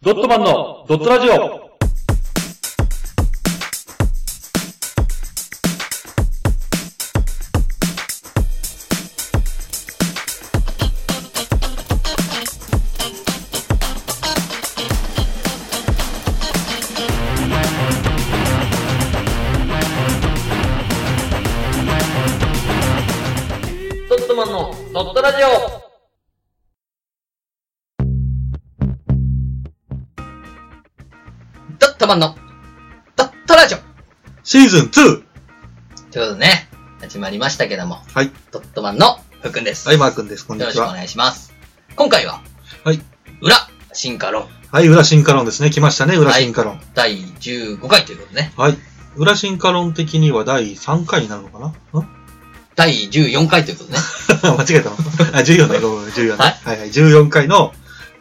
ドットマンのドットラジオドットマンのドットラジオドットマンのドットラジオシーズン 2! ということでね、始まりましたけども、はい。ドットマンのふくんです。はい、マー君です。こんよにろしちくおは。願いします。今回は、はい。裏、進化論、はい、裏進化論ですね。来ましたね、裏進化論。第15回ということでね、はい。裏進化論的には第3回になるのかなん 第14回ということでね、間違えたの。あ、14だ、ごめん、14だ。ははいい、はい、14回の、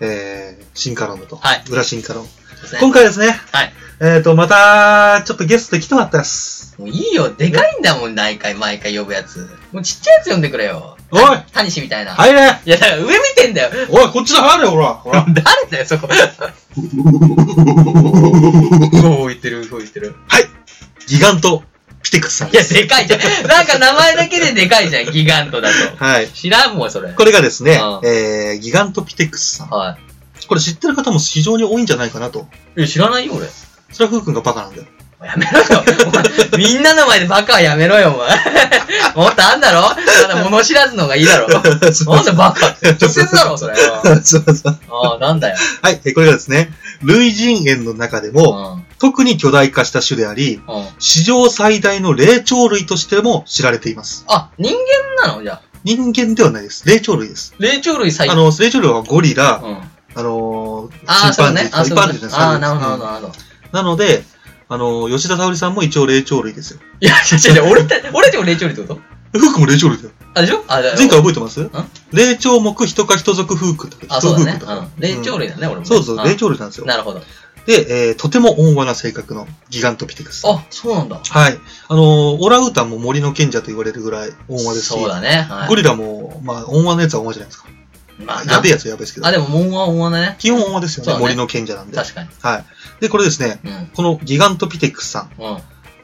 えー、進化論だと。はい。裏進化論。ですね 今回ですね、はい。えっ、ー、と、また、ちょっとゲスト来てもらったっす。もういいよ、でかいんだもん、毎回、毎回呼ぶやつ。もうちっちゃいやつ呼んでくれよ。おいタニシみたいな。入れいや、だから上見てんだよ。おい、こっちだ、入れほら、 ほら。誰だよ、そこ。こう言ってる、こう言ってる。ギガント、ピテクスさんいでや、す。でかいじゃん。なんか名前だけででかいじゃん、ギガントだと。はい。知らんもん、それ。これがですねあ、あえー、ギガントピテクスさん。はこれ知ってる方も非常に多いんじゃないかなと。い。え、知らないよ、俺。それはふうくんがバカなんだよ。やめろよ。 お前みんなの前でバカはやめろよ、お前。 もっとあんだろまだ物知らずの方がいいだ ろ。なんでバカって。直接だろ、それ。そうそう。ああ、なんだよ。はい、えこれがですね、類人猿の中でうん。も、うん。特に巨大化した種であり、史上最大の霊長類としても知られています。あ、人間なのじゃあ。人間ではないです。霊長類です。霊長類最あ強。の、霊長類はゴリラ、うん。あのー、ああ、チンそパうンジねー。とあか、ー、一そう般ね人です。あー、なるほど、なるほど。なので、あのー、吉田沙保里さんも一応霊長類ですよ。いや、違う違う、俺って、俺っても霊長類ってことえフー君も霊長類だよ。あ、でしょあ、だ前回覚えてますん霊長目、人か人族フー君とか、あ、人そフうーだね君とか。。うん。霊長類だね、俺もね。そうそう、ん霊長類なんですよ。なるほど。で、えー、とても温和な性格のギガントピテクス。あ、そうなんだ。はい。あのーオラウータンも森の賢者と言われるぐらい温和ですし、そうだね。はいゴリラも、まあ、温和のやつは温和じゃないですか。まあなやべえやつはやべえですけどあ、。でも、もんはもんはね。基本温和ですよそねうだね森の賢者なんで。確かに。はい。で、これですね、うん。このギガントピテクスさん。うん。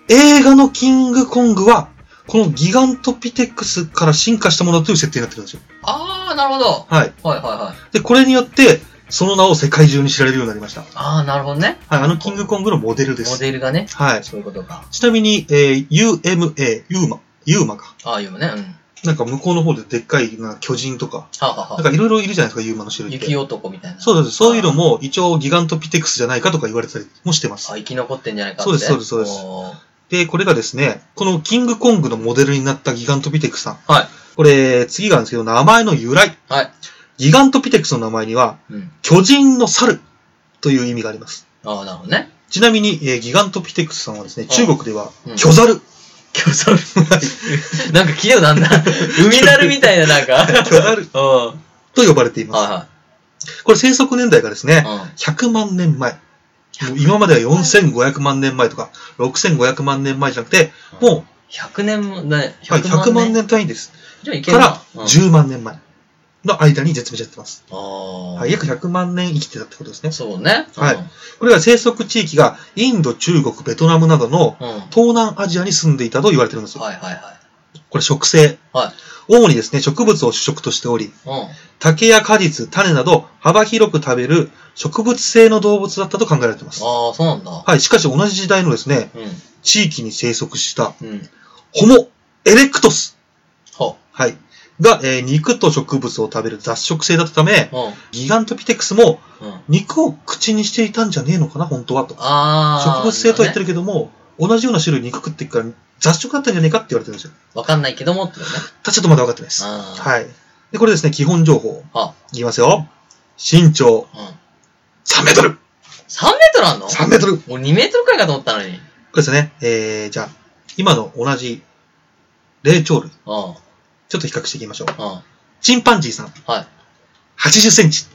映画のキングコングは、このギガントピテクスから進化したものだという設定になってるんですよ。あー、なるほど。はい。はいはいはい。で、これによって、その名を世界中に知られるようになりました。はい。あー、なるほどね。あのキングコングのモデルでモす。デルがね。はい。そういうことか。ちなみに、えー、UMA、ユーマ、ユーマか。あー、いうもね。うん。はなんか向こうの方ででっかいなんか巨人とか、あ、はあなんはあ、かいろいろいるじゃないですか、ユーマの種類って。雪男みたいな。そうです。そういうのも、一応ギガントピテクスじゃないかとか言われたりもしてますあ、。生き残ってんじゃないかって。そうですそうですそうですおーで、これがですね、このキングコングのモデルになったギガントピテクスさん。はい。これ、次があるんですけど、名前の由来。はい。ギガントピテクスの名前には、うん。巨人の猿という意味があります。あー、なるほどね。ちなみに、えーギガントピテクスさんはですね、はい中国ではうん、巨猿、巨猿。 なんか聞いたことあ んな。海猿みたいな、なんか。巨猿うん。はと呼ばれていいます。はこれ生息年代がですい。ね、う100万年前。もう今までは4500万年前とか、6500万年前じゃなくて、ん。もう、 100年もね、はい100万年。年単位です。じゃあいけるかならうん10万年前の間に絶滅やってます。ああ。はい、約100万年生きてたってことですね。そうね。はいこれは生息地域がインド、中国、ベトナムなどのうん。うん。はい東南アジアに住んでいたと言われてるんですよ。はいはい。これ植生。はい主にですね、植物を主食としており、うん。竹や果実、種など幅広く食べる植物性の動物だったと考えられています。ああ、そうなんだ。はい、しかし同じ時代のですね、う地域に生息したん。うん。ホモ・エレクトス。ははい。が、えー肉と植物を食べる雑食性だったため、うん。ギガントピテクスもうん。肉を口にしていたんじゃねえのかな、本当はと。ああ。植物性とは言ってる。るけども、同じような種類肉食っていくから雑食だったんじゃねえかって言われてるんですよ。わかんないけどもってことね。ただちょっとまだ分かってないです。ああ。い。はい。で、これですね、基本情報。はいきますよ。身長うん。 3メートル3メートルあんの !3 メートルこもう2メートルくらいかと思ったのに。うん。れですね、えー、じゃあ、今の同じ霊長類、ちょっと比較していきましょう。うん。チンパンジーさん、はい。 80センチ。ち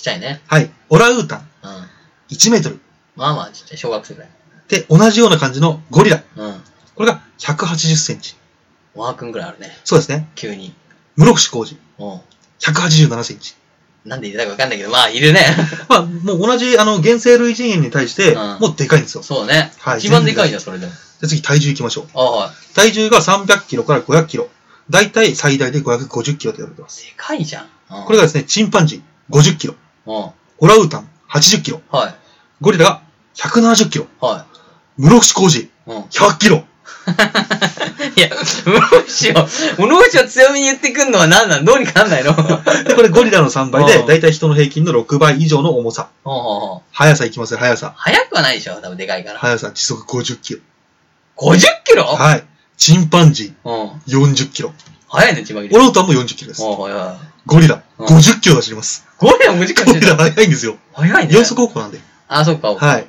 っちゃいね。はい。オラウータン、うん。 1メートル。まあまあちっちゃい。小学生くらい。で、同じような感じのゴリラ。うん。これが180センチ。ワーくんくらいあるね。そうですね。急に。室伏工事、うん。 187センチ。なんで言ってたかわかんないけど、まあ、い るね。まあ、もう同じ、あの、原生類人猿に対して、うんもうでかいんですよ。じそうね。はい一番でかいじゃん、それでも。ゃあ次、体重いきましょう。ああ、はい体重が300キロから500キロ。だいたい最大で550キロと言われてます。でかいじゃん。うんこれがですね、チンパンジー50キロ、うん。はい。オラウータン80キロ、はい。ゴリラが170キロ、室伏工事うん。 100キロ。いや、室伏を、室伏を強みに言ってくんのは何なんどうにかなん ないのほうで、これゴリラの3倍うで、んだいたい人の平均の6倍以上の重さ。ほうほう速さいきますよ、速さ。速くはないでしょ多分でかいから。速さ時速50キロ。 50キロはい。チンパンジうん。ー40キロ。速いね、千葉オ切。ラウータンも40キロです。おはいはい。ゴリラうん50キロ走ります。ゴリラ無時間ゴじリゃラ速いんで すよ。速いね。四足歩行なんで。あ、そっか。はい。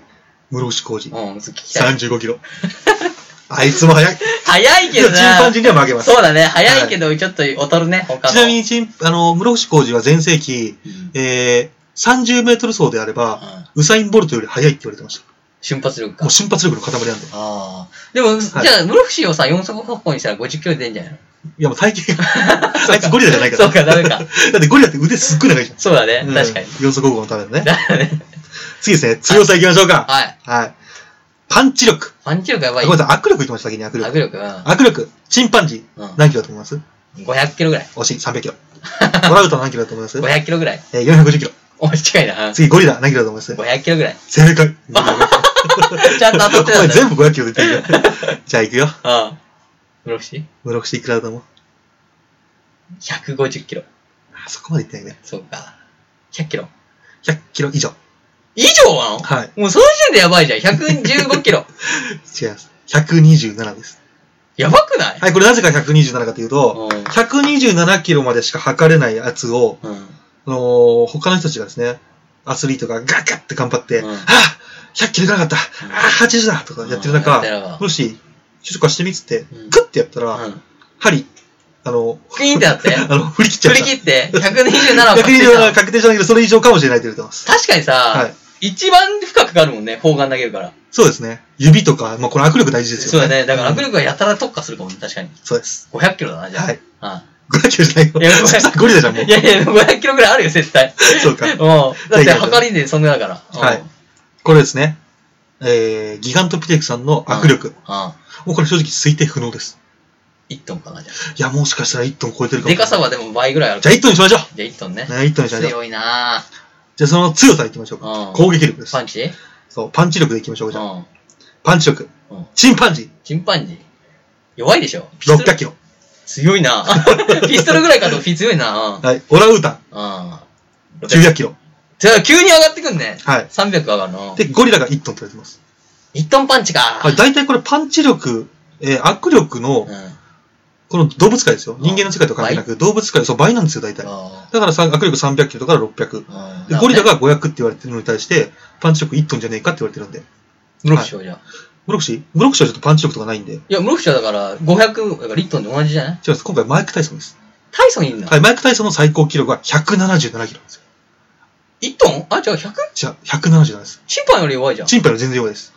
室伏工事うん、聞きたい。 35キロ。 あいつも速い。速いいけやどチンな。パンジーには負けます。そうだね。速いけど、ちょっと劣るね、他の。ちなみにチン、あの、室伏工事は全盛期、うん、えー、30メートル走であれば、うんウサイン・ボルトより速いって言われてまし瞬発力た。かもう。瞬発力の塊なん で。ああ。でも、じゃあ、室伏をさ、4足歩行にしたら50キロ出んじゃないのいや、もう体型が、あいつゴリラじゃないから。そうか、ダメか。 だってゴリラって腕すっごい長いじゃん。そうだね。確かに うん。。四足歩行のためのね。だよね。次ですね、強さいきましょうか。はい。はい。パンチ力。パンチ力やごばいめん。なさい、握力言ってました、先に握力。握力は握力。チンパンジうんー。何キロだと思います500キロぐらい。惜しい、300キロ。 オラウータン何キロだと思います500キロぐらい。えー、450キロ。お、近いな。次、ゴリラ何キロだと思います500キロぐらい。正解。 ちゃんと当たってたお前んだよ。全部500キロ出てるよ。 じゃあ行くよ。ああ。室伏室伏いくらだと思う ?150 キロ。あそこまでいってないね。そうか。100キロ。 100キロ以上。以上なのはい。もうその時点でやばいじゃん。115キ ロ。違います。127です。やばくないはい、これなぜか127かというと、うん127キロまでしか測れないやつを、うん。あのー他の人たちがですね、アスリートがガッガッて頑張って、うんああ !100 キロいかなかったああ !80 だとかやってる中うんやってるわ、もし、ちょっとかしてみっつってうん、クッてやったうら、ん。針、あの、。クイーンってなってあの、振り切っちゃっ振た。り切って、127を逆確に定言うのはた。確定じゃないけど、それ以上かもしれないと言われてます。確かにはさい、一番深くかかるもんね、砲丸投げるから。そうですね。指とか、まあ、これ握力大事ですそようね。だね。だから握うん力がやたら特化するかもね、確かに。そうです。 500キロだな、じゃあ。はい。あ500キロじゃないいやよ。ごめんそしたらゴリラじゃん、もあうい。やいや、500キロぐらいあるよ、絶対。そうか。もう、だって、測りでそんなだから。うんはい。これですね。えー、ギガントピテクさんの握力。ああもうこれ正直推定不能です。 1トンかな、じゃいや、もしかしたら1トン超えてるあ。かでもしれない。かさはでも倍ぐらいあるじゃあ1トンにしましょう。じゃあ1トンね。ね、1トンにしましょう。強いなあじゃあその強さいきましょううかん。攻撃力ですパ。ンチそう、パンチ力でいきましょう、じゃあ。うんパンチ力うん。チンパンジチンパンジー。弱いでしょー、600キロ。強い なピストルぐらいかとフィ強いなはい。オラウータン、うん。 900キロ。じゃあ急に上がってくんね。はい300上がるの。で、ゴリラが1トンと言われてます。 1トンパンチか。はい、大体これパンチ力、えー握力のう、ん。この動物界ですよ。うん人間の世界と関係なく、動物界、そう、倍なんですよ、大体。だあからさ握力300キロから600。あでゴリラ、が500って言われてるのに対して、パンチ力1トンじゃねえかって言われてるんで。室伏はじゃあ。ムロクシームロクシーはちょっとパンチ力とかないんで。違うんいや、室伏はだから、500、だから1トンで同じじゃないです。今回マイク・タイソンです。タイソンいんのはい、マイク・タイソンの最高記録は177キロなんですよ。 ?1 トンあ、じゃあ 100? じゃあ、177です。審判より弱いじゃん。チンパより全然弱いです。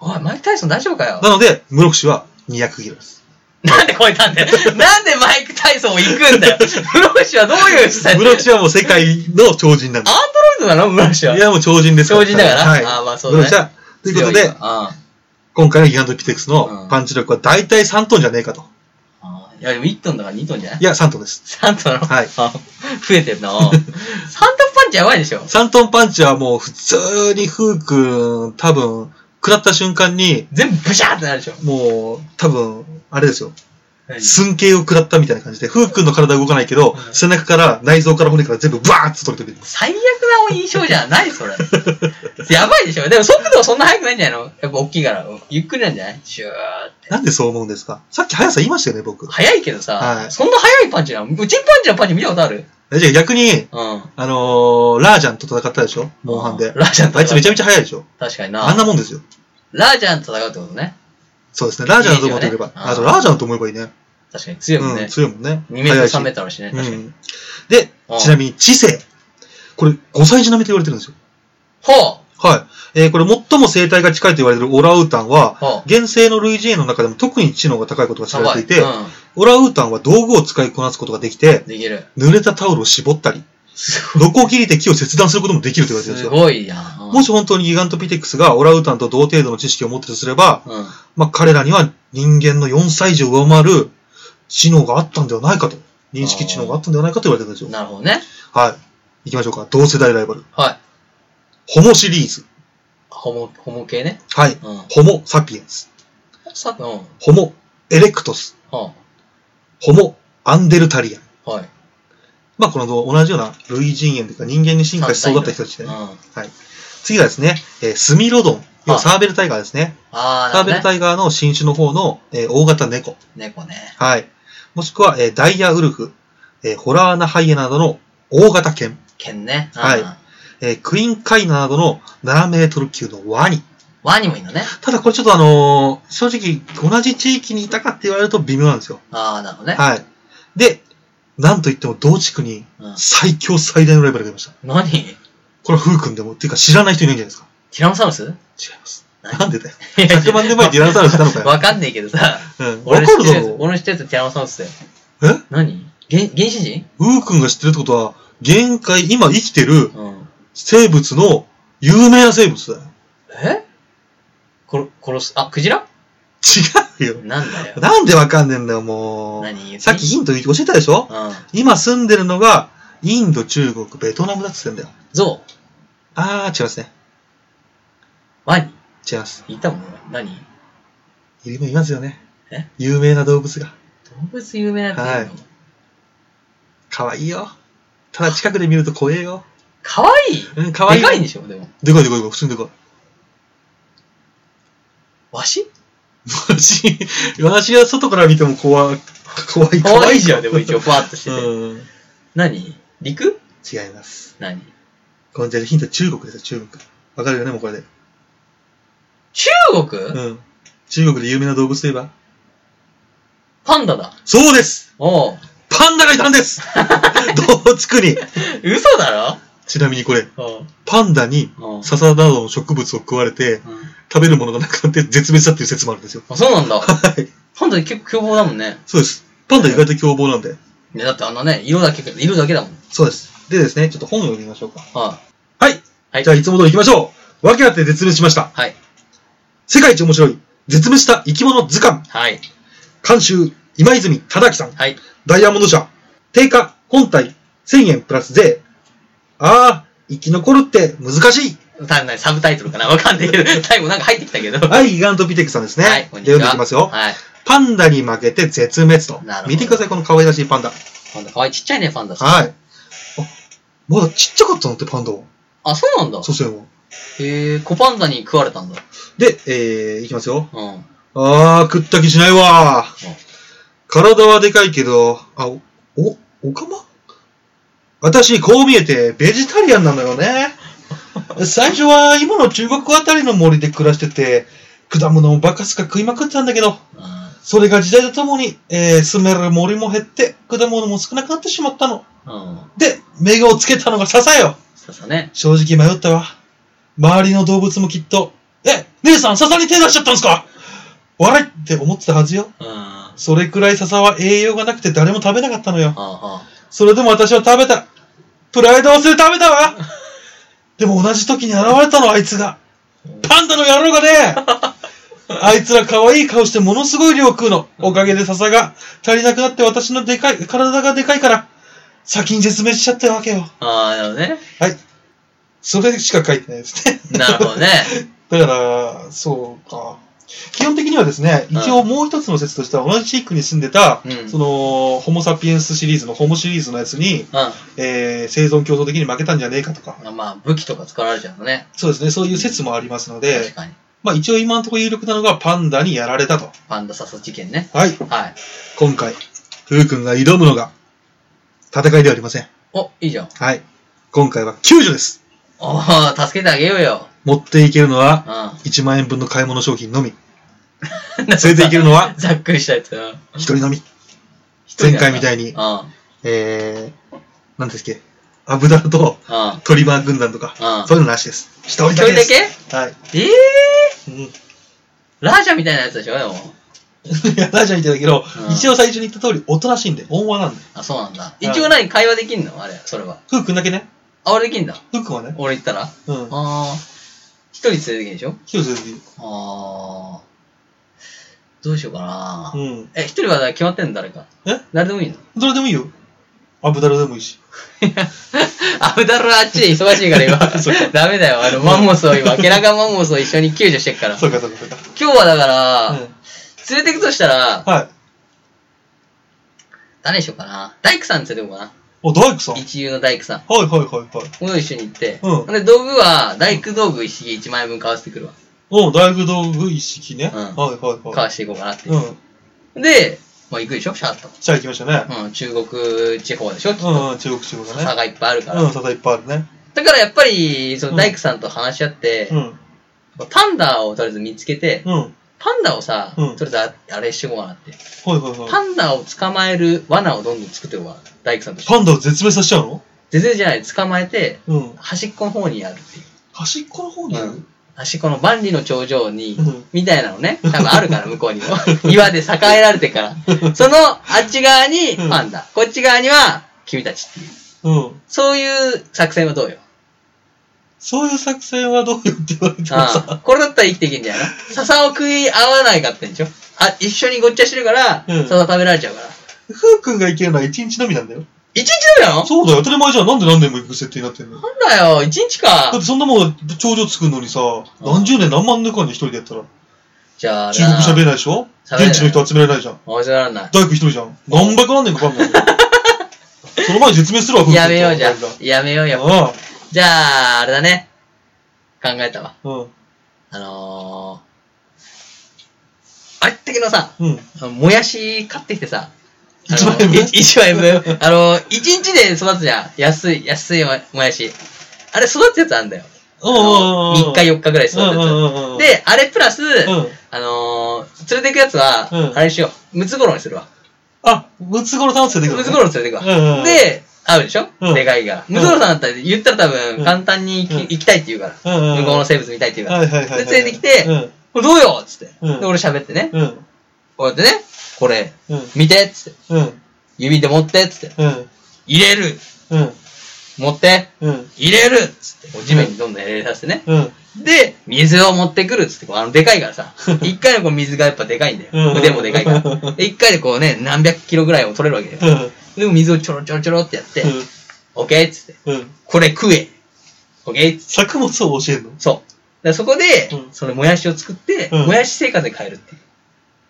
おい、マイク・タイソン大丈夫かよ。なので、ムロクシーは200キロです。 なんで超えた んだよ。なんでマイク・タイソンを行くんだよ。室伏はどういうスタイムルロクシーはもう世界の超人なんでアンドロイドなの室伏は。す。いや、もう超人です超人だからはい。あーまあそうだねムロクシーはということ強でわ、あ今回のギガントピテクスうんのパンチ力は大体3トンじゃねえかと。あああいや、でも1トンだから2トンじゃないいや、3トンです。 3トンなのはいあ 増えてんな。3トンパンチやばいでしょ。 3トンパンチはもう普通にフー君、多分、食らった瞬間に、全部ブシャーってなるでしょ。もう、多分、あれですよ。寸形を食らったみたいな感じで、フー君の体は動かないけど、うん背中から内臓から骨から全部バーッと取れてる。最悪な印象じゃないそれ。 やばいでしょ。でも速度はそんな速くないんじゃないのやっぱ大きいから。ゆっくりなんじゃないシューって。なんでそう思うんですかさっき速さ言いましたよね、僕。速いけどさ、はいそんな速いパンチなのうちんパンチのパンチ見たことあるえじゃあ逆に、うん。あのー、ラージャンと戦ったでしょモンハンで。ラージャンとあいつめちゃめちゃ速いでしょ確かにあんな。なもんですよ。ラージャンと戦うってことね。そうですね。ラージャンだと思っておけば。いいですよねあと、ラージャンと思えばいいね。確かに強いもんうねん、。強いもんね。 2メートル3速メいートしルあるしね。確かに。うん。でうん、ちなみに知性。これ、5歳児並みと言われてるんですよ。ほはい。えーこれ最も生態が近いと言われるオラウータンはあは、原生の類人猿の中でも特に知能が高いことがう。知られていて、やばいうんオラウータンは道具を使いこなすことができて、できる。濡れたタオルを絞ったり、どこを切りで木を切断することもできると言われてるんですすよ。ごいやん。うんもし本当にギガントピテクスがオランウータンと同程度の知識を持ってるとすれば、うん。まあ、彼らには人間の4歳以上上回る知能があったんではないかと、認識知能があったんではないかと言われてるんですよ。なるほどね。はい。行きましょうか。同世代ライバル。はい。ホモシリーズ。ホモ、ホモ系ね。はい。うん。ホモ・サピエンス。さうん。うん。ホモ・エレクトス。ホモ・アンデルタリアン。はい。まあ、この同じような類人猿というか人間に進化しそうだった人たちでうん。ね。あ次はですね、えースミロドン。要ははいサーベルタイガーですね。あー、サなーベるルほどね。タイガーの新種の方の、えー大型猫。猫ね。はい。もしくは、えーダイヤウルフ、えーホラーナハイエナなどの大型犬、剣ね。うんはいえークイーンカイナなどの7メートル級のワニ。ワニもいいのね。ただこれちょっとあのー正直同じ地域にいたかって言われると微妙なんですよ。ああ、なるほどね。はい。で、なんといっても同地区にうん最強最大のライバルがいました。何これはフー君でも、っていうか知らない人いないんじゃないですか。ティラノサウルス違います。何 なんでだよ。100 100万年前にティラノサウル スいたのかよ わかんねえけどさ。うん。わ俺かの知ってるだるやつろ。俺の知ってるやつティラノサウルスだよ。え何原原始人フー君が知ってるってことは、現界、今生きてるうん。生物の有名な生物だよ。えころ殺す、あ、クジラ違うよ。なんだよ。なんでわかんねえんだよ、もう。何さっきヒント教えたでしょうん。今住んでるのが、インド、中国、ベトナムだっつってんだよ。ゾウ、あー、違いますね。ワニ、違います。いたもん。何動いるいますよねえ。有名な動物が。物有名なやついるのはいかわいいよ。ただ近くで見ると怖えよ。かわいいうん、かわいい。でかいんでしょでも。でかいでかいでかい、普通にでかい。わし私、私は外から見ても怖い。怖い、かわいいじゃん、でも一応、バーっとしてて。うん。何陸違います。何このじゃあヒント中国ですよ、中国。わかるよね、もうこれで。中国うん。中国で有名な動物といえばパンダだ。そうですおう。パンダがいたんです 同地区に嘘だちなみにこれ、ろうん。パンダにうん笹などの植物を食われて、食べるものがなくなって絶滅したっていう説もあるんですよ。あ、そうなんだ。はい。パンダ結構凶暴だもんね。そうです。パンダ意外と凶暴なんで。ね、だってあんなね、色だけ、色だけだもん。そうです。でですね、ちょっと本を読みましょうか。ははい。はいじゃあ、いつも通り行きましょう。わけあって絶滅しました。い。はい。世界一面白い、絶滅した生き物図鑑。はい。監修、今泉忠明さん。はい。ダイヤモンド社。定価、本体、1000円プラス税。あー、生き残るって難し い。多分ねサブタイトルかなわかんないけ ど、最後なんか入ってきたけど。ははい、ギガントピテクさんですね。はい、こんにでちは。読んでいきますよ。はい。パンダに負けて絶滅となるほ。ど見てください、この可愛らしいパンダ。パンダ、かわいい。ちっちゃいね、パンダ。はい。あ、まだちっちゃかったのって、パンダは。あ、そうなんだ。祖先は。へえ、子パンダに食われたんだ。で、えー、いきますよ。うん。うんあー、食った気しないわー。体はでかいけど、あ、お、お、おかま私、こう見えて、ベジタリアンなのよね。最初は、今の中国あたりの森で暮らしてて、果物をバカすか食いまくってたんだけど、あそれが時代とともに、えー住める森も減って、果物も少なくなってしまったの。ーうん。で、目をつけたのが笹よ。そうそうね。正直迷ったわ。周りの動物もきっと、え、姉さん笹に手出しちゃったんですか笑いって思ってたはずよ。うん。あそれくらい笹は栄養がなくて誰も食べなかったのよ。あ、それでも私は食べた。プライド忘れて食べたわ。でも同じ時に現れたの、あいつが。パンダの野郎がね。あいつら可愛い顔してものすごい量食うの。おかげで笹が足りなくなって私のでかい、体がでかいから、先に絶滅しちゃったわけよ。ああ、なるほどね。はい。それしか書いてないですね。 なるほどね。だから、そうか。基本的にはですね、うん一応もう一つの説としては、同じ地域に住んでた、うんその、ホモ・サピエンスシリーズのホモシリーズのやつに、 えー生存競争的に負けたんじゃねえかとか、うん。まあ、武器とか使われちゃうのね。そうですね、そういう説もありますので確、かに。まあ一応今のところ有力なのがパンダにやられたと。パンダ殺事件ね。はい、はい。今回、ふうくんが挑むのが、戦いではありません。お、いいじゃん。はい。今回は救助です。おー助けてあげようよ。持っていけるのうんは、。1万円分の買い物商品のみ。 連れていける。るのは、 ざっくりしたやつ。うん一人のみ。前回みたいにうん。うん。えー、なんですっけ、アブダルとトリバー軍団とか、うんそういうのなしです。一一人だ人けでだす。けはい。ええー、うん ラージャみたいなやつでしょでも。いや、大丈夫言ってたけど、うん一応最初に言った通り、おとなしいんで、温和なんで。あ、そうなんだ。い一応何会話できんのあれ、それは。ふうくんだけね。あ、俺できんだ。ふうくんはね。俺行ったら。あうん。あー。一人連れてきんでしょひろずに。あー。どうしようかなう。ん。え、一人は決まってんの誰か。え誰でもいいのどれでもいいよ。アブダルでもいいし。 アブダルはあっちで忙しいから今 そう。ダメだよ。あの、マンモス を今、ケナガマンモスを一緒に救助してっから。そ今うかそうかそうか。日はだから、うん連れてくとしたら、はい。誰にしようかな。大工さん連れてこうかお、大工さな。ん。はい一流の大工さん。はいはいはい。この一緒に行って。うんで、道具は、大工道具一式1万円分買わせてくるわ。お、大工道具一式ね。うんはいはい買はわしていこうかなってい。いうう。ん。で、まあ行くでしょ、シャーッと。じゃあ行きましょうね。うん、中国地方でしょ、きっうと。んうん、中国中国差だね。がいっぱいあるから。うん、サタいっぱいあるね。だからやっぱり、そうのん大工さんと話し合って、うん。パンダをとりあえず見つけて、うん。はいパンダをさ、うんとりあえずああれしてこうかなって。はいはい。パンダを捕まえる罠をどんどん作ってこうかな。大工さんとして。パンダを絶命させちゃうの全然じゃない、捕まえて、うん。端っこの方にやるっていう。端っこの方にある、うん端っこの万里の頂上にうん、みたいなのね、多分あるから、向こうにも。 岩で栄えられてから。その、あっち側にパンダ、こっち側には君たちっていう。うん。そういう作戦はどうよ。そういう作戦はどうよって言われてもああさ。これだったら生きていけんじゃないの笹を食い合わないかってんでしょあ、一緒にごっちゃしてるから、うん笹食べられちゃうから。ふうくんが行けるのは一日のみなんだよ。一日だよそうだよ、当たり前じゃん。なんで何年も行く設定になってんのだなんだよ、一日かって。そんなもん、頂上作るのにさ、ん何十年何万年間に一人でやったら、じゃあな、中国喋れないでしょ喋れない現地の人集められないじゃん。面白らな大工一人じゃん。何百何年かかんないよ その前に絶命するわ、ふうくい。ん。やめようじゃあ。あやめようよ。ああじゃあ、あれだね。考えたわ。うん。あのー、あれってけどさ、うん。あのもやし買ってきてさ、あの一枚分い一枚分。あの、一日で育つじゃん。安い、安いももやし。あれ育つやつあんだよ。うあんうんうん。の3日4日ぐらい育つうんうやんうんうん。つ。、で、あれプラス、うん。あのー、連れてくやつうは、んあれにしよう。ムツゴロウにするわ。あ、ムツゴロウさんを連れてくるのね。ムツゴロウに連れてくうんうんわ。うんで、会うでしょうんでかいから。うんムツゴロウさんだったら言ったら多うん分簡単にうん行き行きたいって言うから。うんうんうん向こうの生物見たいって言うかはいはいはら。いで、はい。連れてきて、これどうよっつって。うんで、俺喋ってね。うん。うん。こうやってね、これ、うん。見てっつって。うん。指で持ってっつって。うん。入れるうん。持ってうん。入れるっつって、こう地面にどんどん入れさせてね。うん。で、水を持ってくるっつって、こうあの、でかいから さ、一回のこう水がやっぱでかいんだうんよ。腕もでかいから。で、一回でこうね、何百キロぐらいを取れるわけだよ。でも水をちょろちょろちょろってやって、オッケーっつって、うん。うん。これ食えオッケーっつって、作物を教えるのそう。だからそこでう、んそのもやしを作って、うんもやし生活に変えるっていう。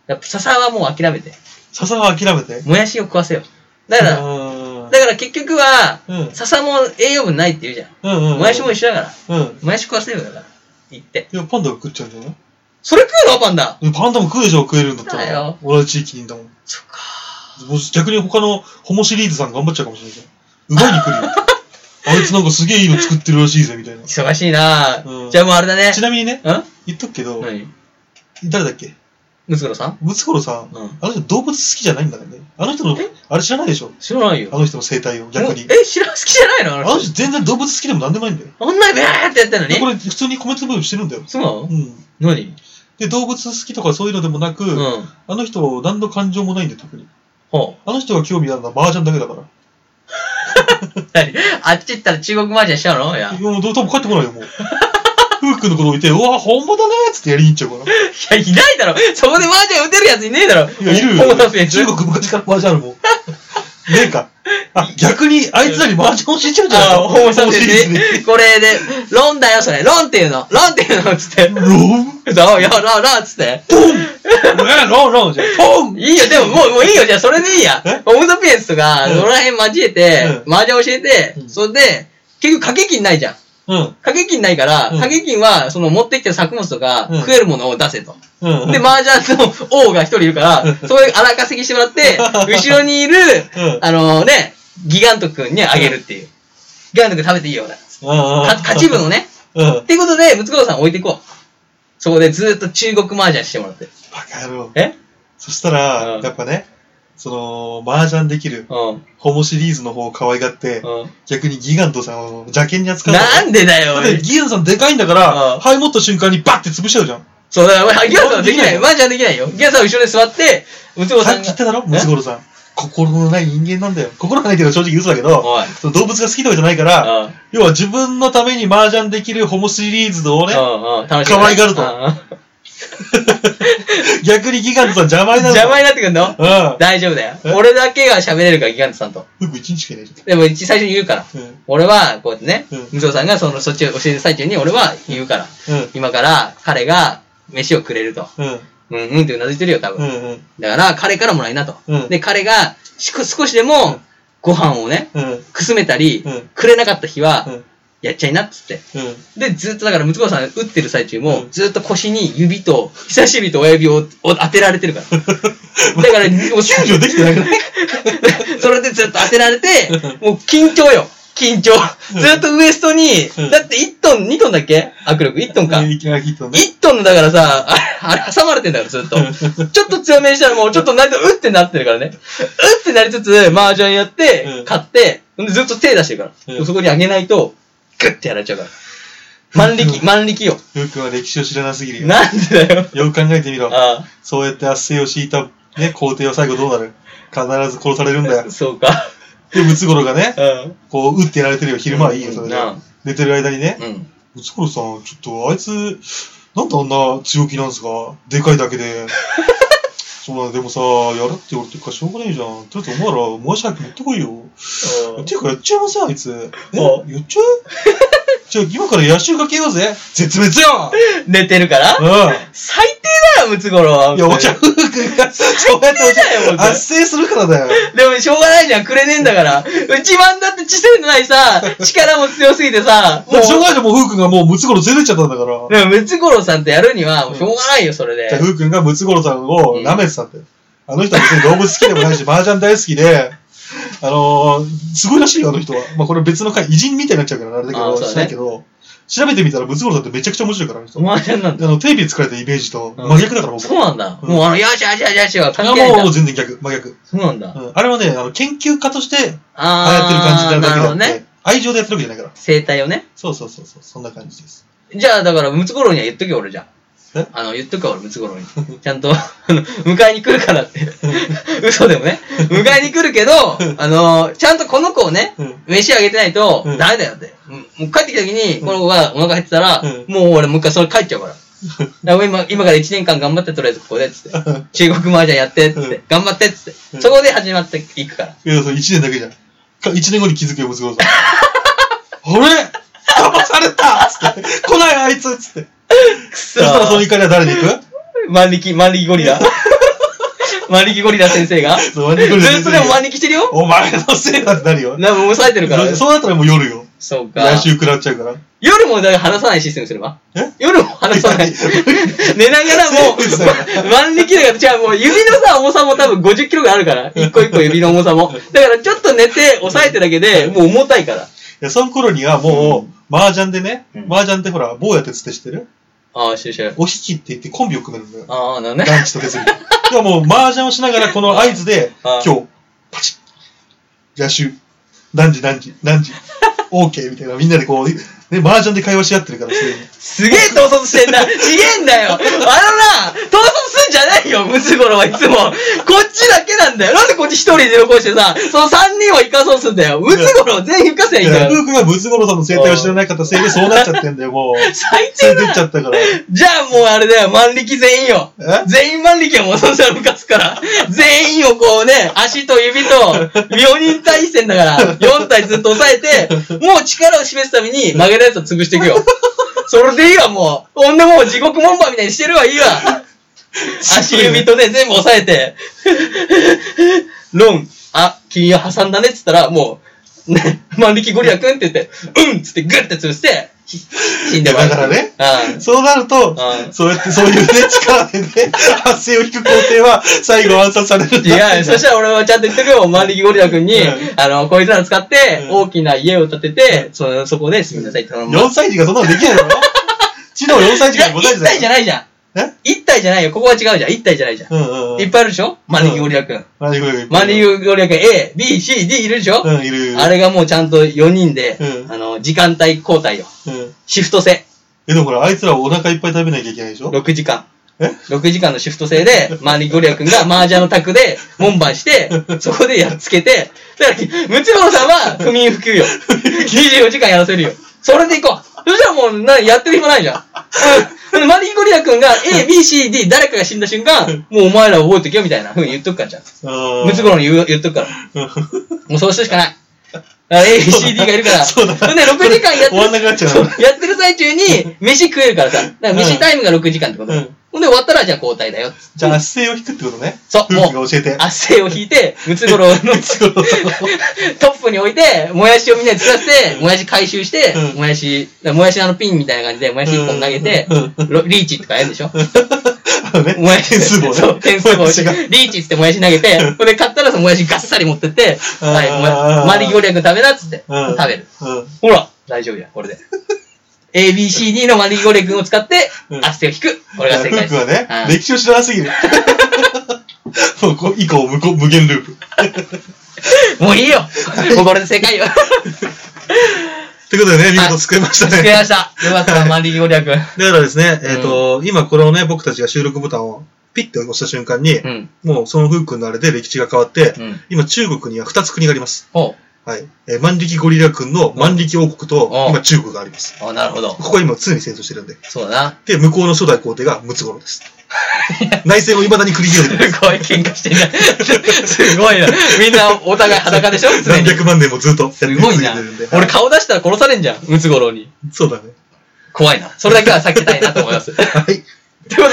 やっぱ笹はもう諦めて、笹は諦めて。もやしを食わせよう。だから、うんだから結局は、うん笹も栄養分ないって言うじゃん。うんうんうん。もやしも一緒だから。うん。もやし食わせようよだから。言って。いや、パンダが食っちゃうんじゃないそれ食うのパンダうんパンダも食うでしょ、食えるんだっただらよ。同じ地域にいんだもん。そっか。もし逆に他のホモシリーズさん頑張っちゃうかもしれないじゃん。奪いに来るよ。あいつなんかすげえいいの作ってるらしいぜ、みたいな。忙しいなぁ、うんじゃあもうあれだね。ちなみにね、ん言っとくけど、何誰だっけムツゴロウさんムツゴロウさん、うんあの人動物好きじゃないんだからね。あの人のえ、あれ知らないでしょ知らないあよ。の人の生態を、逆にも。うえ、知らん好きじゃないのああのの人。人全然動物好きでもなんでもないんだよ。あんなにビャーってやってんのでこにれ普通にコメント部分してるんだよ。そうなのうん。何で、動物好きとかそういうのでもなく、うん。あの人何の感情もないんで特に。ほあの人が興味あるのは麻雀だけだか ら。う。何あっち行ったら中国マージャンしちゃうのいや。いいやもうどう多分帰ってこないよ、もう。フー君のこと置いて、うわ、本物だねっつってやりに行っちゃうから。や、いないだろ。そこでマージャン打てるやついねえだろ。いや、いるホよー。ナスやつ中国昔から麻雀あるもん。ねえか。あ、逆に、あいつらに麻雀を教えちゃうんじゃないああ、ホームサホンモでシリーズに。ね。これで、ロンだよ、それ。ロンっていうの。ロンっていうの、つって。ロンそう、よ、ロン、ロン、つって。ドンえ、ロンロンじゃん。ポンいいよ、でももう、もういいよ、じゃあそれでいいやえ。オムドピエンスとか、うんそこら辺交えて、う麻雀教えて、うんそれで、結局掛け金ないじゃん。うん。掛け金ないから、うん掛け金は、その持ってきた作物とか、うん食えるものを出せと。う ん。で、麻雀の王が一人いるからうん、それ荒稼ぎしてもらって、後ろにいるうん、あのね、ギガント君にあげるっていう。ギガント君食べていいよ、俺。か勝ち分をね。うん。うんっ。ていうことで、ムツゴロウさん置いていこう。そこでずーっと中国麻雀してもらって。バカ野郎。えそしたら、うんやっぱね、その、麻雀できる、うん。ホモシリーズの方を可愛がって、うん。逆にギガントさんを邪険に扱うの。なんでだよだっ、てギガントさんでかいんだから、うんハイ持った瞬間にバッて潰しちゃうじゃん。そう、だから、ギアさんはできない。どうできないのマーちゃんできないよ。ギアさんは後ろで座って、ウツボささっんが。き言っただろムえツゴロウさん。心のない人間なんだよ。心がないっていうのは正直嘘だけど、おい。その動物が好きとかじゃないから、うん要は自分のために麻雀できるホモシリーズをね、うんうん。楽し可愛がると と。逆にギガントさん邪魔になる。邪魔になってくんのうん。大丈夫だよえ。俺だけが喋れるから、ギガントさんと。僕一日しかいないじでも、一最初に言うから。ゃん。うん。俺は、こうやってねうん、武藤さんがその、そっちを教えてる最中に、俺は言うから。うん。今から、彼が、飯をくれると。うん。うんうんってうなずいてるよ、多う分。ん。うん。だから、彼からもらいなとうん。で、彼が、しこ少しでも、ご飯をね、うん。くすめたりうん、くれなかった日はう、ん。やっちゃいなっつって。うん。で、ずっとだから、ムツゴロウさん打ってる最中も、うんずっと腰に指と、人差し指と親指をを当てられてるから。 だから、もう救助できてなくない それでずっと当てら れて、もう緊張よ。緊張。ずっとウエストにうん、だって1トン、2トンだっけ握力 ?1 トンか。いきなりヒットね。 1トンのだからさ、あ あれ挟まれてんだからずっと。ちょっと強めにしたらもうちょっとなんかうってなってるからね。うってなりつつ、麻雀やっうてん、買って、ほんでずっと手出してるから。うんそこにあげないと、グッてやられちゃうから。万力、万力よ。よくは歴史を知らなすぎるよ。なんでだよ。よく考えてみろ。あそうやって圧政を敷いた、ね、皇帝は最後どうなる必ず殺されるんだよあ、。そうか。で、ムツゴロウがねう、ん。こう、打ってやられてるよ。昼間はいいよ、それでう。ん寝てる間にね、うん。ムツゴロウさん、ちょっと、あいつ、なんであんな強気なんですかでかいだけ で。そうなんだでもさ、やるって言われてるからしょうがねえじゃん。とりあえずお前ら、お前しゃ持ってこいよ。ていうか、やっちゃいません、あいつ。えおやっちゃうじゃあ、今から野襲かけようぜ。絶滅よ寝てるからう最低だよ、ムツゴロウは。 ん。いや、お茶夫婦が、そうやっておだよ僕茶、圧政するからだよ。でも、しょうがないじゃん、くれねえんだ から。うちまんだって知性のないさ、力も強すぎてさ、もうしょうもがないじゃん、もう、ふうくんがもうムツゴロウ全然ちゃったんだから。う、でもムツゴロウさんとやるには、もうしょうがないよ、それでじゃあ、。ふうくんがムツゴロウさんを舐めてたって。あの人は別に動物好きでもないし、麻雀大好きで、あのー、すごいらしいよ、あの人は。まあ、これ別の回、偉人みたいになっちゃうから、あれだけあど、ーそうだねしないけど、調べてみたらムツゴロウさんってめちゃくちゃ面白いから、あの人。お前なんなんだ。あの、テレビで作られたイメージと真逆だから、僕。そうなんだ。うんもう、あの、よしよしよしよしは関係ないあもんうだ。全然逆、真逆。そうなんだ。うんあれはね、あの研究家として、ああやってる感じあー、ななるほどだけであって、ね。愛情でやってるわけじゃないから。生態をね。そうそうそうそう、そんな感じです。 じゃあ、だから、ムツゴロウには言っとけよ、俺じゃえあ。あの、言っとくか、俺、ムツゴロウに。 ちゃんと、あの迎えに来るからって。嘘でもね。迎えに来るけど、あの、ちゃんとこの子をね、うん飯あげてないと、うんダメだよって。うんもう帰ってきた時に、うんこの子がお腹減ってたら、うんもう俺もう一回それ帰っちゃうから。だから今、今から1年間頑張ってとりあえずここで、つって。 中国麻雀やって、つって。うん頑張って、つっうて。んそこで始まっていくから。いや、それ1年だけじゃん。か1年後に気づくよ、息子さん。あれ騙されたつって。来ないあいつつって。くそそしたらその怒りは誰に行く万力、万力ゴリ ラ。万力ゴリラ先生が。ずそう万力ゴリラ先生がっとでも万力してるよ。お前のせいだってなるよ。なんかもう抑えてるから。そうなったらもう夜よ。そうか。来週食らっちゃうから。夜もだから話さないシステムすれば。え夜も話さない。寝ながらも生物だか う、万力だから、じゃあもう指のさ、重さも多分50キロがあるから。一個一個指の重さも。だからちょっと寝て、押さえてだけで、もう重たいから。いや、その頃にはもう、麻雀でねう、ん麻雀ってほら、坊や鉄って知ってるああ、しゅしゅ。お引きって言ってコンビを組めるんだよ。ああ、なるね。ランチと手釣り。でももう、麻雀をしながら、この合図で、あ今あ日、パチッ、野手、何時何時、何時、OK みたいな、みんなでこう、ね、麻雀で会話し合ってるから、そういうのすげえ統率してんな。ちげえんだよ。あのな、統率すんじゃないよ、ムツゴロウはいつも。こっちだけなんだよ。なんでこっち一人で残してさ、その三人を生かそうすんだよ。ムツゴロウ全員生かせばいいんいや、だルよ。ークがムツゴロウさんの生態を知らなかったせいで、そうなっちゃってんだよ、もう。最低連れだてっちゃったから。じゃあもうあれだよ、万力全員よえ。全員万力はもうそしたらかすから。全員をこうね、足と指と、4人対戦だから、4体ずっと押さえて、もう力を示すために曲げたやつを潰していくよ。それでいいわ、もう。ほんでもう地獄門番みたいにしてるわ、いいわ。足指とね、全部押さえて、ロン、あ、君を挟んだねっつったら、もう、ね、万力ゴリラくんって言って、うんっつってグッて潰して、ひ死んで終わりいやだからねうんそうなるとあ、あそうやって、そういうね、力でね、発声を引く工程は、最後暗殺されるんだ違うよ。そしたら俺はちゃんと言ってるよ。万力ゴリラ君にう、あの、こいつら使ってう、ん大きな家を建てて、そのそこで住みなさいって頼む。 4歳児がそんなのできないだろ知能4歳児いかや、ら5歳一児だ体よじゃないじゃん。え一体じゃないよ。ここは違うじゃん。一体じゃないじゃん。うんうんうん。いっぱいあるでしょ万力ゴリラ君。マリゴリラいっぱい万いる。力ゴリラ君 A、B、C、D いるでしょうん、いるいるいる。あれがもうちゃんと4人でう、んあの、時間帯交代よ。うん。シフト制。え、でもほら、あいつらお腹いっぱい食べなきゃいけないでしょ6時間。え ?6 時間のシフト制で、周りゴリラ君が麻雀の卓で門番して、そこでやっつけて、だから、ムツゴロウさんは不眠不休よ。24時間やらせるよ。それで行こう。そしたらもう、な、やってる暇ないじゃん。うん。マリーゴリラ君が A、B、C、D 誰かが死んだ瞬間、もうお前ら覚えとけよみたいな風に言っとくからじゃん。ムムツゴロウに言う言っとくから。もうそうするしかない。だから ABCD がいるから。そうだほんで、6時間やってる。終わんなくなっちゃうそうやってる最中に、飯食えるからさ。だから飯タイムが6時間ってこと。うんほんで、終わったらじゃあ交代だよっつって。じゃあ、圧政を引くってことね。そう、も夫う婦、が教えて。圧政を引い て、ムツゴロウのムツゴロウと トップに置いて、もやしをみんなに使って、もやし回収して、うんもやし、だからもやしのあのピンみたいな感じで、もやし1本投げて、うんロリーチとかやるでしょ あのね、もやし、点数棒ね。そう、点数 棒もやしがリーチっつってもやし投げて、これ買ったらそのもやしガッサリ持ってって、あーはい、もやマリゴリラ君食べなっつって、うん食べる。うん。ほら、大丈夫や、こ れで。ABCD のマリゴリラ君を使ってう、んアステを引く。これが正解でルーす。プはねう、ん歴史を知らなすぎる。 もうこう以降無こ無限ループ。 もういいよ。もうこれで正解 よ。ということでね、見事救いましたね。作りました。よかった、マリゴリラ君。だからですね、えっ、と、今これをね、僕たちが収録ボタンをピッて押した瞬間に、うん。もうそのフックのあれで歴史が変わって、うん。今中国には2つ国があります。ほはい。えー万力ゴリラ君の万力王国と、うん今中国があります。う。あ、なるほど。ここは今常に戦争してるんで。そうだな。で、向こうの初代皇帝がムツゴロウです。 内戦を未だに繰りす広ごげてる。い喧嘩してんじゃん。すごいな。みんなお互い裸でしょ常 何に百万年もずっとやってするごいな続けてるんで。。俺顔出したら殺されんじゃん。ムツゴロウに。そうだね。怖いな。それだけは避けたいなと思い ます。というこはい。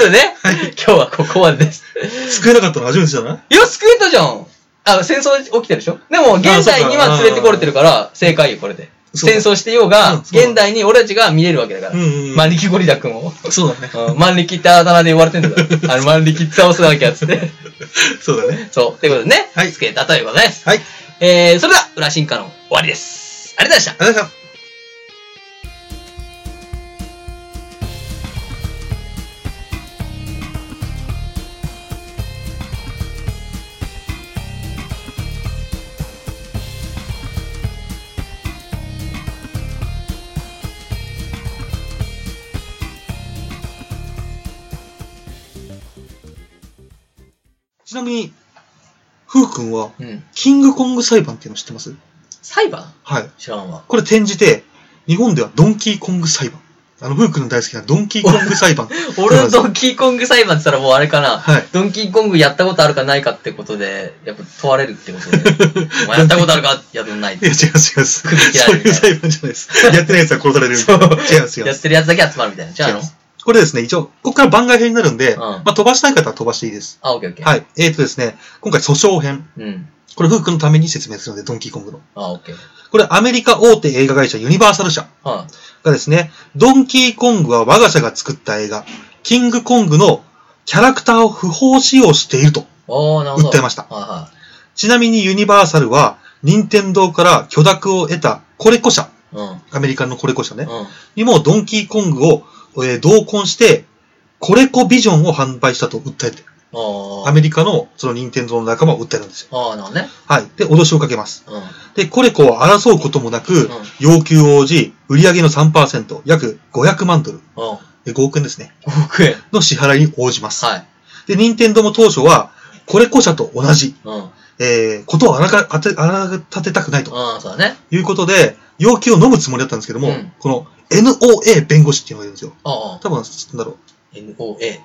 とでね、今日はここまでです。救えなかったの初めてじゃないいや、救えたじゃん。あ、戦争起きてるでしょでも、現代には連れてこれてるから、正解よ、これで。そう戦争してようが、うんそうだ現代に俺たちが見れるわけだから。うんうん万力ゴリラ君を。そうだね。うん万力ってあだ名で言われてんだから。あの、万力倒さなきゃっつって。 そうだね。そう。ということでね、はい救えたということです。はい。えー、それでは、裏進化の終わりです。ありがとうございました。ありがとうございました。ちなみに、ふうくんは、うん。キングコング裁判っていうの知ってます裁判はい。知らんわ。これ転じて、日本ではドンキーコング裁判。あの、フー君の大好きなドンキーコング裁判。 俺のドンキーコング裁判って言ったらもうあれかな。はいドンキーコングやったことあるかないかってことで、やっぱ問われるってことで。 お前やったことあるかやってないい。や、違う違う。そう切られるいう裁判じゃないです。やってない奴は殺されるみたいな。違う違やうっ。てるやつだけ集まるみたいな。じゃああの違いま。すこれですね、一応、ここから番外編になるんで、うんまあ飛ばしたい方は飛ばしていいです。あ、オッケーオッケー。はい。えーとですね、今回訴訟編。うん。これ、フー君のために説明するので、ドンキーコングの。あ、オッケー。これ、アメリカ大手映画会社ユニバーサル社はがですね、ドンキーコングは我が社が作った映画、キングコングのキャラクターを不法使用していると。い。おー、なるほど。訴えましたはちなみにユニバーサルは、任天堂から許諾を得たコレコ社、いはい。アメリカのコレコ社うねん。、うん。にもドンキーコングを、えー同梱して、コレコビジョンを販売したと訴えて、あー。アメリカのその任天堂の仲間を訴えるんですよ。あー、なるほどね。はい。で、脅しをかけます。うん。で、コレコを争うこともなく、うん要求を応じ、売上の3%、約500万ドル、うん。え5億円ですね、 5億円。の支払いに応じます。はい。で、任天堂も当初は、コレコ社と同じ、うん。えーことを荒が、あて荒立てたくないと。うん、そうだね。ということで、要求を飲むつもりだったんですけども、うんこの NOA 弁護士っていうのがいるんですよ。ああ。多分、なんだろ NOA。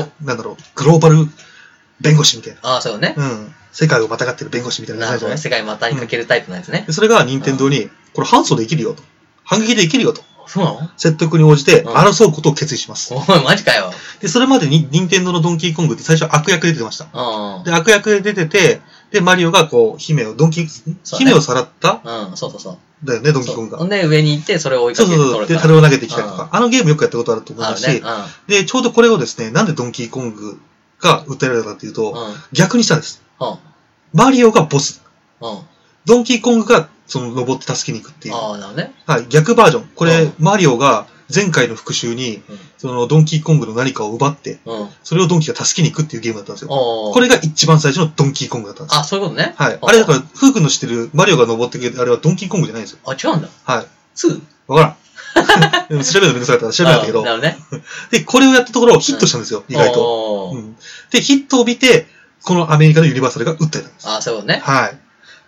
う、なんだろう、グローバル弁護士みたいな。あー、そうだね。うん。世界をまたがってる弁護士みたいなな感るじほじゃなど。い世界またにかけるタイプのやつね。でそれが任天堂に、これ反訴できるよと。反撃できるよと。そうなの説得に応じてうん争うことを決意します。おい、マジかよ。で、それまでに任天堂のドンキーコングって最初悪役で出てました。うん。で、悪役で出てて、で、マリオがこう、姫を、ドンキー、そうだね姫をさらったうん、そうそうそう。だよね、ドンキーコそンうグほが。んで、上に行って、それを追いかそうけそてう取そう。れで、た。樽を投げてきたりとか。あのゲームよくやったことあると思いあまるすしね。、うで、ちょうどこれをですね、なんでドンキーコングが訴えられたかっていうと、ん。うん。逆にしたんです。うん。マリオがボス。うん。ドンキーコングがその登って助けに行くっていう。はああ、なるほどね。い、逆バージョン。これ、うんマリオが前回の復讐にうん、そのドンキーコングの何かを奪って、うん。それをドンキーが助けに行くっていうゲームだったんですよ。おーこれが一番最初のドンキーコングだったんですよ。あ、そういうことね。はい。ああれだから、フー君の知ってるマリオが登ってくるあれはドンキーコングじゃないんですよ。あ、違うんだ。はい。 2? わからん。でも調べるのめん どくさかったから調べなかったけあなど、るほどね。で、これをやったところヒットしたんですよ、意外と。とうんで、ヒットを見て、このアメリカのユニバーサルが訴えたんです。ああ、そういうことね。はい。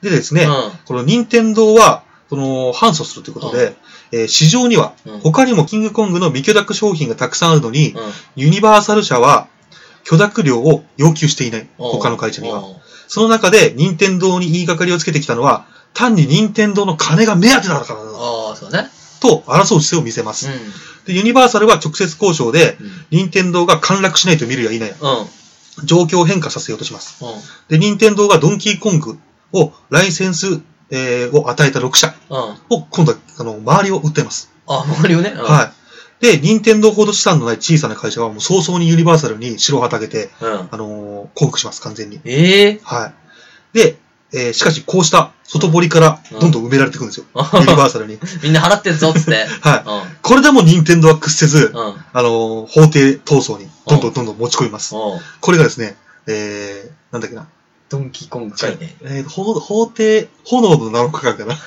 でですね、うんこの任天堂は、その、反訴するということで、えー市場にはうん、他にもキングコングの未許諾商品がたくさんあるのに、うん。ユニバーサル社は、許諾料を要求していない。他の会社には。は。その中で、任天堂に言いがかりをつけてきたのは、単に任天堂の金が目当てだからだああ、そうね。と争う姿勢を見せます。うで、ユニバーサルは直接交渉で、ん。任天堂が陥落しないと見るや否や、うん。状況を変化させようとします。うん。で、任天堂がドンキーコングをライセンス、えーを与えた6社うん。を、今度は、あの、周りを訴えます。あ、周りをね。うんはい。で、任天堂ほど資産のない小さな会社はもう早々にユニバーサルに城をはたけて、うん。あのー降伏します、完全に。ええ。はい。で、えーしかし、こうした外堀からどんどん埋められていくんですよ。ユニバーサルに。 みんな払ってんぞ、つって。はい。うこれでも任天堂は屈せず、ん。うん。あのー法廷闘争にどんどんどんどん持ち込みます。おうこれがですね、えー、なんだっけな。ドンキーコングかいね。えー、法法廷、炎の七日間 かな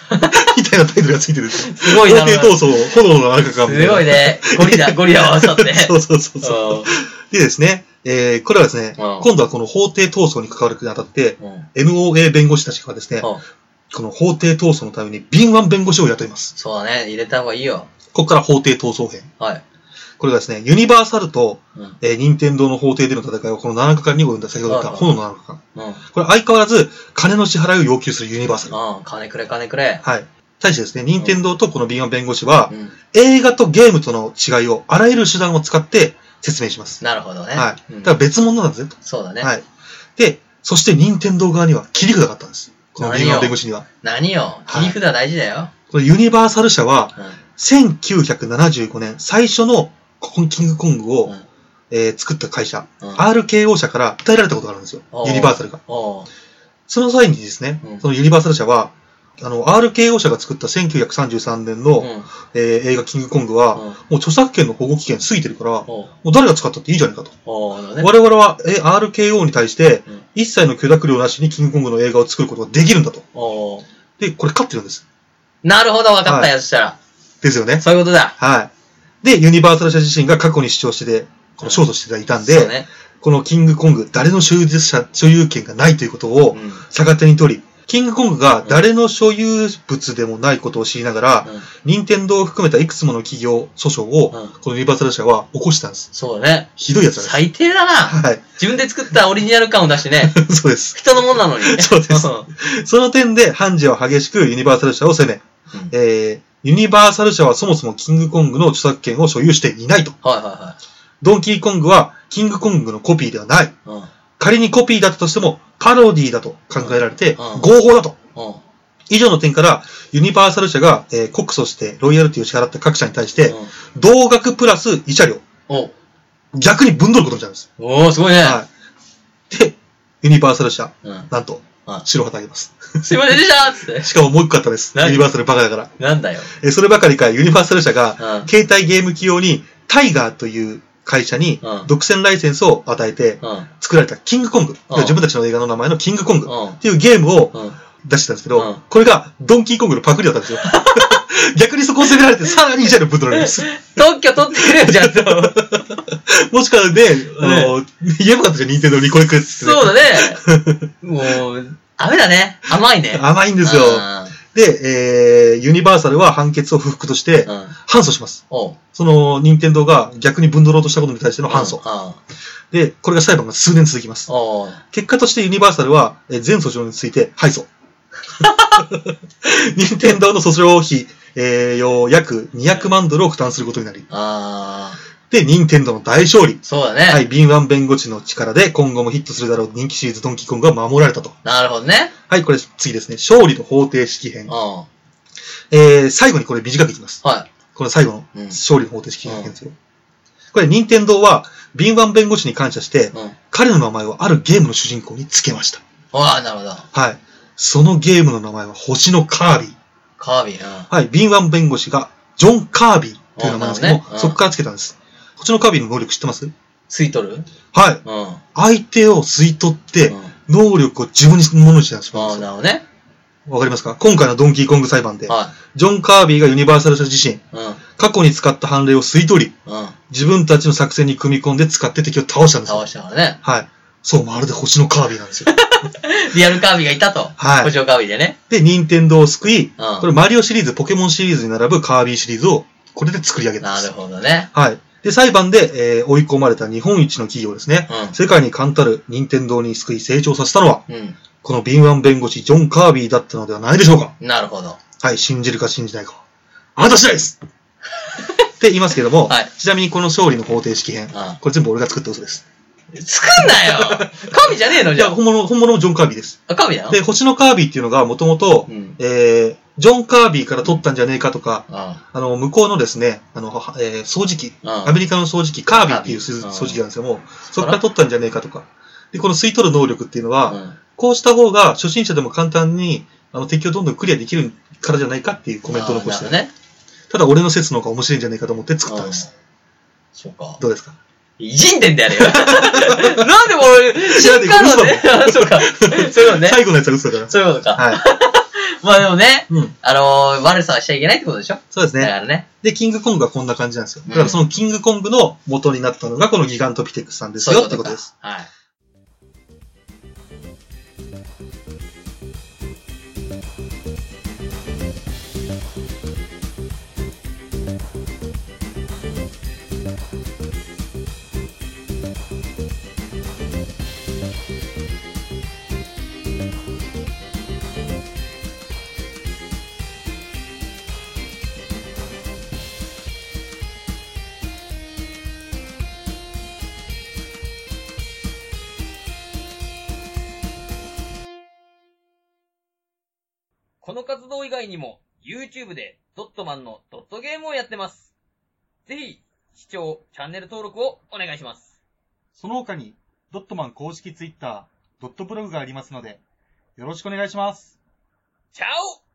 みたいなタイトルがついてるんですよ。すご法いな。廷闘争、炎の七日間みたいな。すごいね。ゴリ ラ、ゴリラを合わさって。そうそうそうそう。うでですね、えー、これはですね、うん今度はこの法廷闘争に関わるにあたって、ん。うん。 NOA 弁護士たちがですね、うんこの法廷闘争のために敏腕弁護士を雇います。そうだね。入れた方がいいよ。ここから法廷闘争編。はい。これがですね、ユニバーサルと、うん。えー、任天堂の法廷での戦いはこの7日間に及んだ先ほど言ったはい炎の7日間。うん。これ相変わらず、金の支払いを要求するユニバーサル。うん。金くれ、金くれ。はい。対してですね、任天堂とこの敏腕弁護士はう、ん。映画とゲームとの違いをあらゆる手段を使って説明します。なるほどね。はうい。んだから別物なんですね。そうだね。はい。で、そして任天堂側には切り札があったんです。この何よ敏腕弁護士には。何よ。切り札大事だよ。このユニバーサル社は、うん。 1975年、最初のコンキングコングを、うんえー作った会社、うん RKO 社から訴えられたことがあるんですよお。ーユニバーサルが。おうその際にですね、うんそのユニバーサル社は、あの、RKO 社が作った1933年の、うん。えー映画キングコングは、うんもう著作権の保護期限過ぎてるから、もおうう誰が使ったっていいじゃないかと。おうなるほどね。我々は、えー RKO に対してうん、一切の許諾料なしにキングコングの映画を作ることができるんだと。おうで、これ勝ってるんです。なるほど、分かったよ、そしたら。ですよね。そういうことだ。はい。で、ユニバーサル社自身が過去に主張してて、この勝訴していたんで、そうね。このキングコング、誰の所有者、所有権がないということをうん。うん逆手に取り、キングコングが誰の所有物でもないことを知りながら、任天堂を含めたいくつもの企業訴訟を、うんこのユニバーサル社は起こしたんです。そうだね。ひどいやつなんです。最低だな。はい。 自分で作ったオリジナル感を出してね。そうです。人のもんなのに。そうですんその点で、判事は激しくユニバーサル社を責め、うんえー、ユニバーサル社はそもそもキングコングの著作権を所有していないと。はいはドンキーコングは、キングコングのコピーではない。いはい。仮にコピーだったとしても、パロディーだと考えられて、うん合法だと。うん。うん。以上の点から、ユニバーサル社が、えー告訴してロイヤルティを支払った各社に対して、うん同額プラス慰謝料、お逆に分取ることになるんです。おー、すごいね。はい。で、ユニバーサル社、うん。なんとは、い白旗あげます。すいませんでしたつって。しかももう一個あったんです。何ユニバーサルバカだから。なんだよ。えーそればかりか、ユニバーサル社うが、ん。携帯ゲーム機用に、タイガーという会社にうん、独占ライセンスを与えて、うん。作られたキングコング。うん自分たちの映画の名前のキングコング。うんっていうゲームをうん。出してたんですけうんど、これがドンキーコングのパクリだったん ですよ。逆にそこを責められて、さらに慰謝料ぶっ取られるんです。特許取ってくれよ、ちゃんと。もしかして、あの、言えばよかったじゃん、任天堂にこれくれっつってね。そうだ ね。もう、ダメだね。甘いね。甘いんですよ。で、えー、ユニバーサルは判決を不服としてう、ん。うん。反訴します。おう。その、任天堂が逆に分取ろうとしたことに対しての反訴。うん。で、これが裁判が数年続きます。おう。結果としてユニバーサルは、えー全訴訟について敗訴。 任天堂の訴訟費、えー、用約200万ドルを負担することになり、ああ、で、任天堂の大勝利。そうだね。はい、敏腕弁護士の力で今後もヒットするだろう人気シリーズドンキーコングが守られたと。なるほどね。はい、これ次ですね。勝利と方程式う編ん。。はえー、最後にこれ短くいきます。この最後うんの勝利の方程式編ですよ。これ、任天堂は敏腕弁護士に感謝してい。、うん。彼の名前をあるゲームの主人公につけました。ああ、なるほど。はい。そのゲームの名前は星のカービィ。カービィ。うん。はい、敏腕弁護士がジョン・カービィという名前なんですけどあなるほどねうんも、そこからつけたんです。星のカービィの能力知ってます吸い取るはい。うん。うん。相手を吸い取って、うん能力を自分のものにしなしあまあ、す。なるほどね。わかりますか今回のドンキーコング裁判で、はジョン・カービーがユニバーサル社自身、い。うん。過去に使った判例を吸い取り、うん。自分たちの作戦に組み込んで使って敵を倒したんですよ。倒したからね。はい。そう、まるで星のカービィなんですよ。リアルカービィがいたと。はい補償カービィでね。で、任天堂を救い、うんこれマリオシリーズ、ポケモンシリーズに並ぶカービィシリーズを、これで作り上げたんなでするよ。ほどね。はい。で、裁判で、えー追い込まれた日本一の企業ですね。う世界に冠たる任天堂に救い成長させたのは、ん。うこの敏腕弁護士、ジョン・カービィだったのではないでしょうか。ん。なるほど。はい、信じるか信じないか。あなた次第です って言いますけれども、はいちなみにこの勝利の方程式編、うこれ全部俺が作った嘘です。ん。作んな よ神じゃねえのいじゃや、本物、本物のジョン・カービィです。あ。神だよ。で、星のカービィっていうのがもともとう、ん。えー、ジョン・カービィから取ったんじゃねえかとか、ああの、向こうのですね、あの、はえー掃除機、あアメリカの掃除機、カービィっていう掃カービィ除機なんですよ、もう。そこから取ったんじゃねえかとか。で、この吸い取る能力っていうのは、うん。こうした方が初心者でも簡単に、あの、敵をどんどんクリアできるからじゃないかっていうコメントを残してあるーな。るほどね。ただ俺の説の方が面白いんじゃないかと思って作ったんです。そうか。どうですかいじんでんだよ、あ れなんで俺、知やだらんのね。あそうか。そういうことね。 最後のやつは嘘だから。そういうことか。 はい。まあでもね、うん。あのー、悪さはしちゃいけないってことでしょそうですだかね。らね。で、キングコングがこんな感じなんですよ。うんだからそのキングコングの元になったのがこのギガントピテクスさんですそういようってこかとです。。はい。この活動以外にも、YouTube でドットマンのドットゲームをやってます。ぜひ、視聴、チャンネル登録をお願いします。その他に、ドットマン公式ツイッター、ドットブログがありますので、よろしくお願いします。チャオ